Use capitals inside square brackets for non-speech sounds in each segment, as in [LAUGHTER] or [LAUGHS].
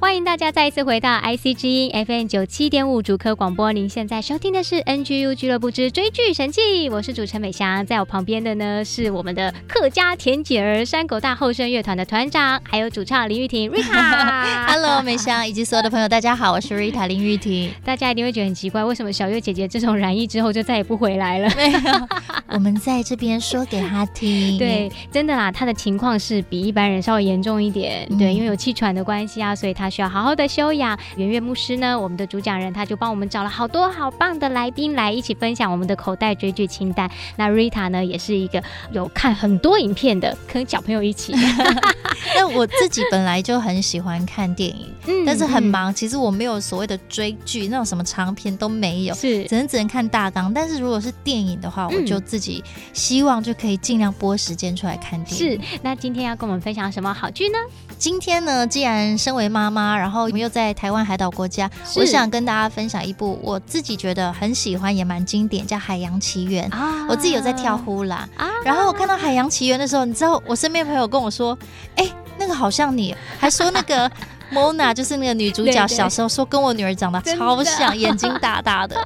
欢迎大家再一次回到 IC 之音 FM 九七点五主科广播，您现在收听的是 NGU 俱乐部之追剧神器，我是主持人美翔，在我旁边的呢是我们的客家甜姐儿山狗大后生乐团的团长，还有主唱林玉婷 Rita。 [LAUGHS] Hello，美香以及所有的朋友，大家好，我是 Rita 林玉婷。大家一定会觉得很奇怪，为什么小月姐姐自从染疫之后就再也不回来了？没有，我们在这边说给他听。对，真的啦，她的情况是比一般人稍微严重一点，对，嗯因为有气喘的关系啊，所以她需要好好的休养。圆月牧师呢，我们的主讲人，他就帮我们找了好多好棒的来宾来一起分享我们的口袋追剧清单。那 Rita 呢，也是一个有看很多影片的，跟小朋友一起，那我自己本来就很喜欢看电影，嗯但是很嗯忙，其实我没有所谓的追剧，那种什么长片都没有。是只能只能看大纲，但是如果是电影的话，嗯我就自己希望就可以尽量拨时间出来看电影。是。那今天要跟我们分享什么好剧呢？今天呢，既然身为妈妈，然后我们又在台湾海岛国家，是我想跟大家分享一部我自己觉得很喜欢也蛮经典，叫《海洋奇缘》。啊我自己有在跳呼啦，啊，然后我看到《海洋奇缘》的时候，你知道我身边朋友跟我说：“哎、那个好像你。”还说 [LAUGHS] 那个 Mona 就是那个女主对角，对小时候说跟我女儿长得真的超像，眼睛大大的，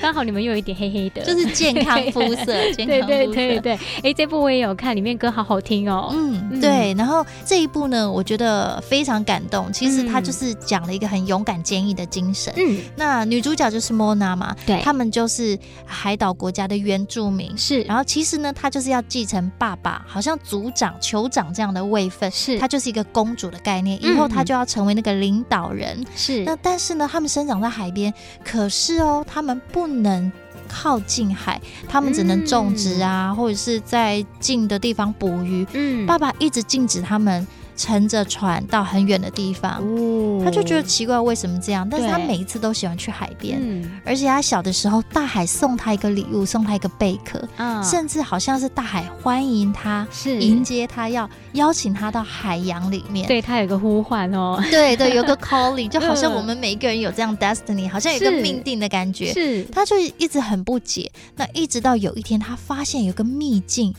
刚好你们又有一点黑黑的，就是健康肤 [LAUGHS] 色，健对康对肤对色。对，哎，这部我也有看，里面歌好好听哦。嗯嗯，对。然后这一部呢，我觉得非常感动。其实它嗯就是讲了一个很勇敢、坚毅的精神。嗯，那女主角就是 Mona 嘛，对，他们就是海岛国家的原住民。是，然后其实呢，她就是要继承爸爸好像族长、酋长这样的位分，是她就是一个公主的概念，嗯以后她就要成为那个领导人。是那但是呢，他们生长在海边，可是哦，他们不能。靠近海，他们只能种植啊，或者是在近的地方捕鱼。嗯爸爸一直禁止他们乘着船到很远的地方，哦他就觉得奇怪，为什么这样？但是他对每一次都喜欢去海边，嗯而且他小的时候，大海送他一个礼物，送他一个贝壳，啊甚至好像是大海欢迎他，是迎接他，要邀请他到海洋里面。对他有个呼唤哦，对对，有个 [LAUGHS] calling，就好像嗯我们每一个人有这样 destiny，好像有一个是命定的感 [LAUGHS] 觉。是他就一直很不解，那一直到有一天，他发现有个秘境，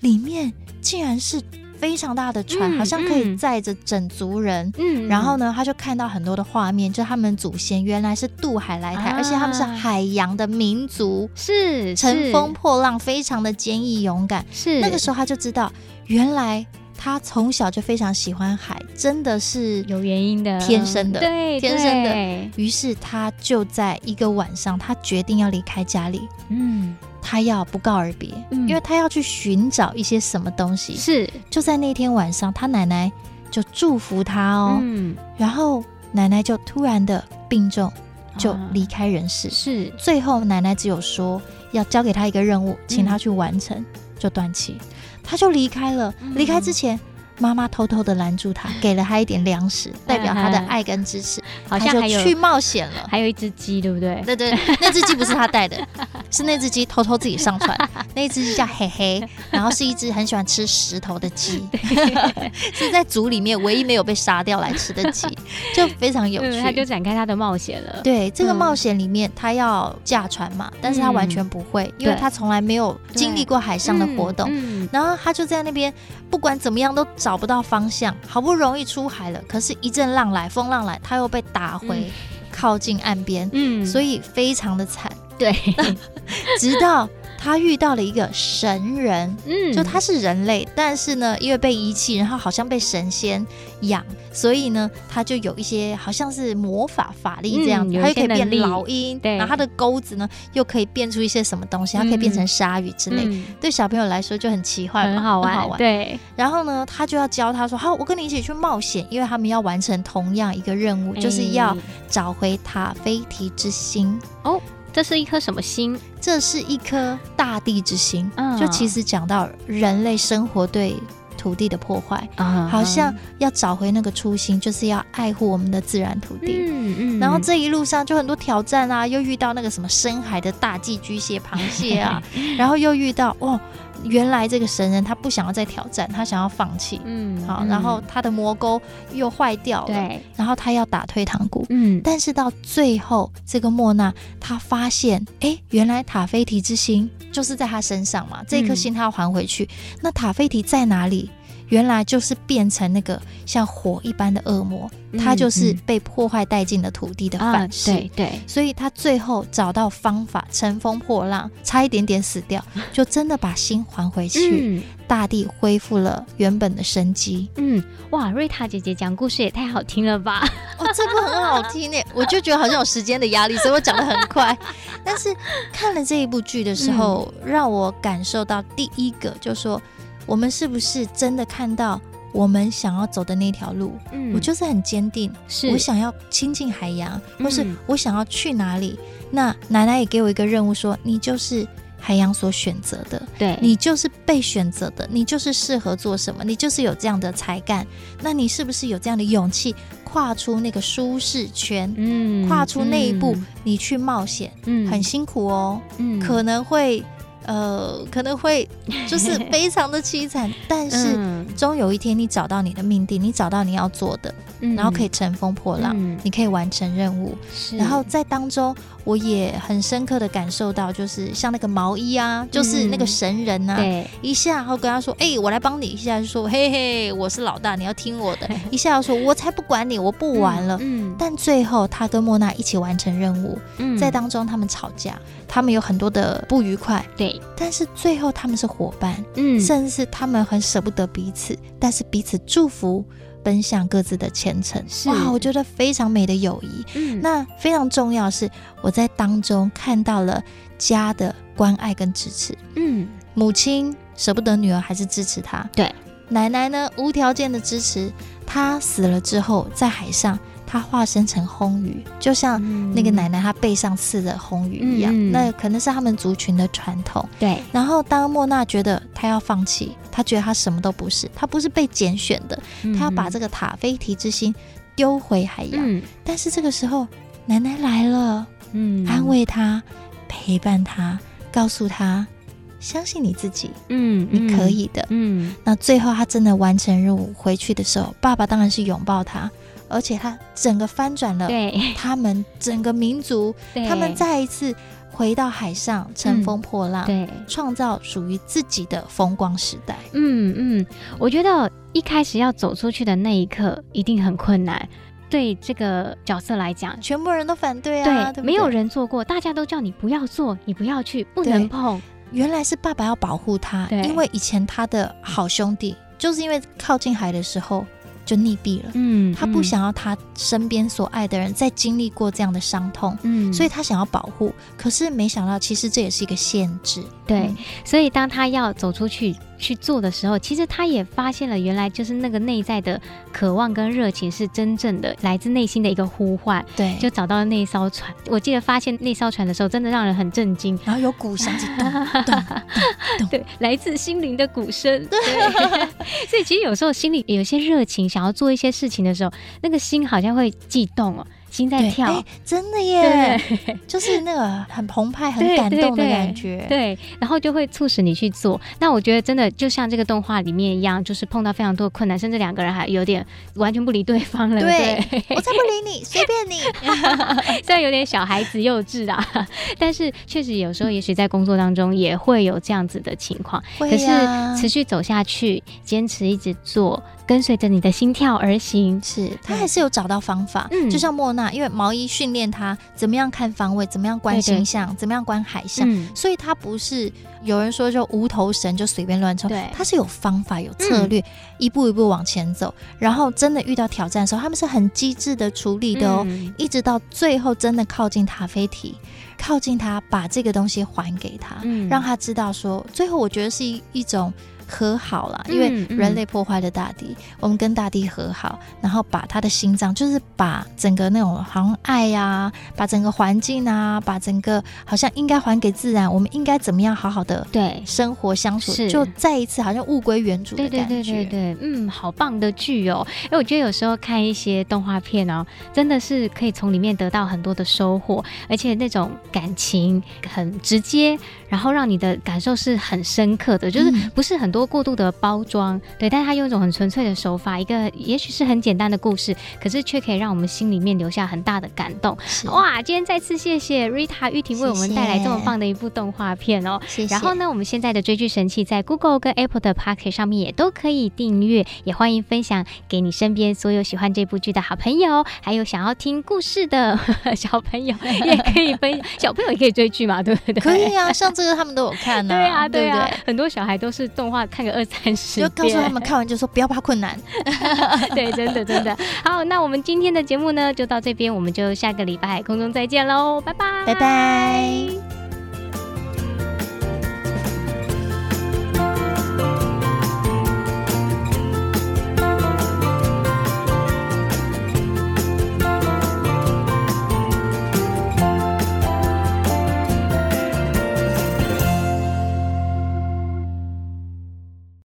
里面竟然是非常大的船，嗯好像可以嗯载着整族人。嗯然后呢，他就看到很多的画面，就他们祖先原来是渡海来台，啊而且他们是海洋的民族，是乘风破浪，非常的坚毅勇敢。是那个时候他就知道，原来他从小就非常喜欢海，真的是有原因的，天生的对，天生的对，于是他就在一个晚上，他决定要离开家里，嗯他要不告而别，嗯因为他要去寻找一些什么东西。是就在那天晚上，他奶奶就祝福他哦，嗯然后奶奶就突然的病重，就嗯离开人世。是最后奶奶只有说要交给他一个任务，请他去完成，就断气，他就离开了。嗯离开之前。妈妈偷偷的拦住他，给了他一点粮食，代表他的爱跟支持。嗯好他像就还有去冒险了，还有一只鸡，对不对？[LAUGHS] 对对，那只鸡不是他带的，是那只鸡偷偷自己上船。那只鸡叫嘿嘿，然后是一只很喜欢吃石头的鸡， [LAUGHS] 是在组里面唯一没有被杀掉来吃的鸡， [LAUGHS] 就非常有嗯，他就趣。展开他的冒险了。对这个嗯冒险里面，他要驾船嘛，但是他完全不会，因为对他从来没有经历过海嗯，上的活动。嗯然后他就在那边，不管怎么样都找不到方向，好不容易出海了，可是一阵浪来，风浪来，他又被打回、嗯靠近岸边，嗯，所以以非常的惨。对， [LAUGHS] 直到他遇到了一个神人，嗯，就他是人类，但是呢，因为被遗弃，然后好像被神仙养，所以呢，他就有一些好像是魔法法力这样嗯子，有一他又可些以能力变老鹰，对然后他的钩子呢又可以变出一些什么东西，它可以变成鲨鱼之类。嗯对小朋友来说就很奇幻嘛，很好很玩，对，然后呢，他就要教他说：“好，我跟你一起去冒险，因为他们要完成同样一个任务，就是要哎找回塔菲提之心。这是一颗什么心？这是一颗大地之心，嗯就其实讲到人类生活对土地的破坏，啊好像要找回那个初心，就是要爱护我们的自然土地。嗯嗯，然后这一路上就很多挑战啊，又遇到那个什么深海的大寄居蟹、螃蟹啊，嗯然后又遇到哦，原来这个神人他不想要再挑战，他想要放弃。嗯好，然后他的魔钩又坏掉了，对，然后他要打退堂鼓。嗯但是到最后，这个莫娜她发现，哎，原来塔菲提之心就是在她身上嗯嘛，这颗心她要还回去。那塔菲提在哪里？原来就是变成那个像火一般的恶魔，嗯他就是嗯被破坏殆尽的土地的啊，反噬。对对，所以他最后找到方法，乘风破浪，差一点点死掉，就真的把心还回去，嗯大地恢复了原本的生机。嗯，哇，瑞塔姐姐讲故事也太好听了吧？哦，这部很好听 [LAUGHS] 诶，我就觉得好像有时间的压力，所以我讲的很快。但是看了这一部剧的时候，嗯让我感受到第一个就是说，我们是不是真的看到我们想要走的那条路？嗯我就是很坚定，是我想要亲近海洋，或是嗯我想要去哪里。那奶奶也给我一个任务说，你就是海洋所选择的，对你就是被选择的，你就是适合做什么，你就是有这样的才干。那你是不是有这样的勇气跨出那个舒适圈，嗯跨出那一步，你去冒险？嗯很辛苦哦，嗯可能会呃，可 [LAUGHS] 能会就是非常的凄惨，但是。嗯终有一天，你找到你的命定，你找到你要做的，嗯然后可以乘风破浪，嗯你可以完成任务。是然后在当中，我也很深刻的感受到，就是像那个毛衣啊，就是嗯那个神人呐、啊，对一下然后跟他说：“哎、我来帮你。”一下就说：“嘿嘿，我是老大，你要听我的。”一下又说：“我才不管你，我不玩了。嗯，但最后，他跟莫娜一起完成任务，嗯在当中他们吵架，他们有很多的不愉快，对但是最后他们是伙伴，嗯甚至是他们很舍不得彼此，但是彼此祝福，奔向各自的前程。是哇，我觉得非常美的友谊。嗯那非常重要的是，我在当中看到了家的关爱跟支持。嗯母亲舍不得女儿，还是支持她。对，奶奶呢，无条件的支持。她死了之后，在海上，她化身成红鱼，就像那个奶奶她背上刺的红鱼一样。嗯嗯嗯那可能是他们族群的传统。对然后，当莫娜觉得她要放弃，她觉得她什么都不是，她不是被拣选的，她要把这个个塔菲提之心丢回海洋。嗯但是这个时候，奶奶来了，嗯安慰她，陪伴她，告诉她，相信你自己，嗯你可以的。嗯那最后她真的完成任务回去的时候，爸爸当然是拥抱她，而且她整个翻转了对他们整个民族，对他们再一次回到海上，乘风破浪。对创造属于自己的风光时代，嗯嗯，我觉得一开始要走出去的那一刻一定很困难，对这个角色来讲。全部人都反对对，啊，对不对没有。人做过，大家都叫你不要做，你不要去，不对能碰。原来是爸爸要保护他，对因为以前他的好兄弟就是因为靠近海的时候就溺毙了，嗯，他嗯不，想要他身边所爱的人再经历过这样的伤痛，嗯，所以他想要保护。可是没想到，其实这也是一个限制。对嗯，所以当他要走出去去做的时候，其实他也发现了，原来就是那个内在的渴望跟热情是真正的来自内心的一个呼唤，对，就找到了那一艘船。我记得发现那艘船的时候，真的让人很震惊，然后有鼓响起咚 [LAUGHS] 咚， [LAUGHS] 对，来自心灵的鼓声。对， [LAUGHS] 所以其实有时候心里有些热情，想要做一些事情的时候，那个心好像会悸动哦，心在对，跳哎。真的对耶，就是那个很澎湃、很对感对动的对感觉。对，然后就会促使你去做。那我觉得真的就像这个动画里面一样，就是碰到非常多的困难，甚至两个人还有点完全不理对方了。对对， [LAUGHS] 我才不理你，随便你。虽然有点小孩子幼稚啊， [LAUGHS] 但是确实有时候也许在工作当中也会有这样子的情况。会啊可是呀持续走下去，坚持一直做，跟随着你的心跳而行。是他还是有找到方法，嗯就像莫娜，因为毛衣训练他怎么样看方位，怎么样观对对星象，怎么样观海象，嗯，所以他不是有人说就无头神就随便乱冲对，嗯他是有方法、有策略，一步一步往前走。然后真的遇到挑战的时候，他们是很机智的处理的哦，嗯一直到最后真的靠近塔菲提，靠近他，把这个东西还给他，嗯让他知道说，最后我觉得是一一种和好了，嗯因为嗯人类破坏了大地，我们跟大地和好，然后把他的心脏，就是把整个那种好像爱呀、把整个环境啊，把整个好像应该还给自然，我们应该怎么样好好的对。生活相处，是就再一次好像物归原主对的对感觉。对对对，嗯，好棒的剧哦！哎，我觉得有时候看一些动画片哦，真的是可以从里面得到很多的收获，而且那种感情很直接，然后让你的感受是很深刻的，就是嗯不是很多过度的包装，对，但是它用一种很纯粹的手法，一个也许是很简单的故事，可是却可以让我们心里面留下很大的感动。是，哇，今天再次谢谢 Rita 玉婷为我们带来这么棒的一部动画片哦。谢谢。然后呢，我们现在的追剧神器在 Google 跟 Apple 的 Pocket 上面也都可以订阅，也欢迎分享给你身边所有喜欢这部剧的好朋友，还有想要听故事的 [LAUGHS] 小朋友也可以分享。小朋友也可以追剧嘛，对不对？ [LAUGHS] 可以啊，像这个他们都有看 [LAUGHS] 呢、对啊，对对不啊，对？很多小孩都是动画看个二三十就遍，告诉他们看完就说不要怕困难， [LAUGHS] 对，真的真的。好，那我们今天的节目呢就到这边，我们就下个礼拜空中再见喽，拜拜，拜拜。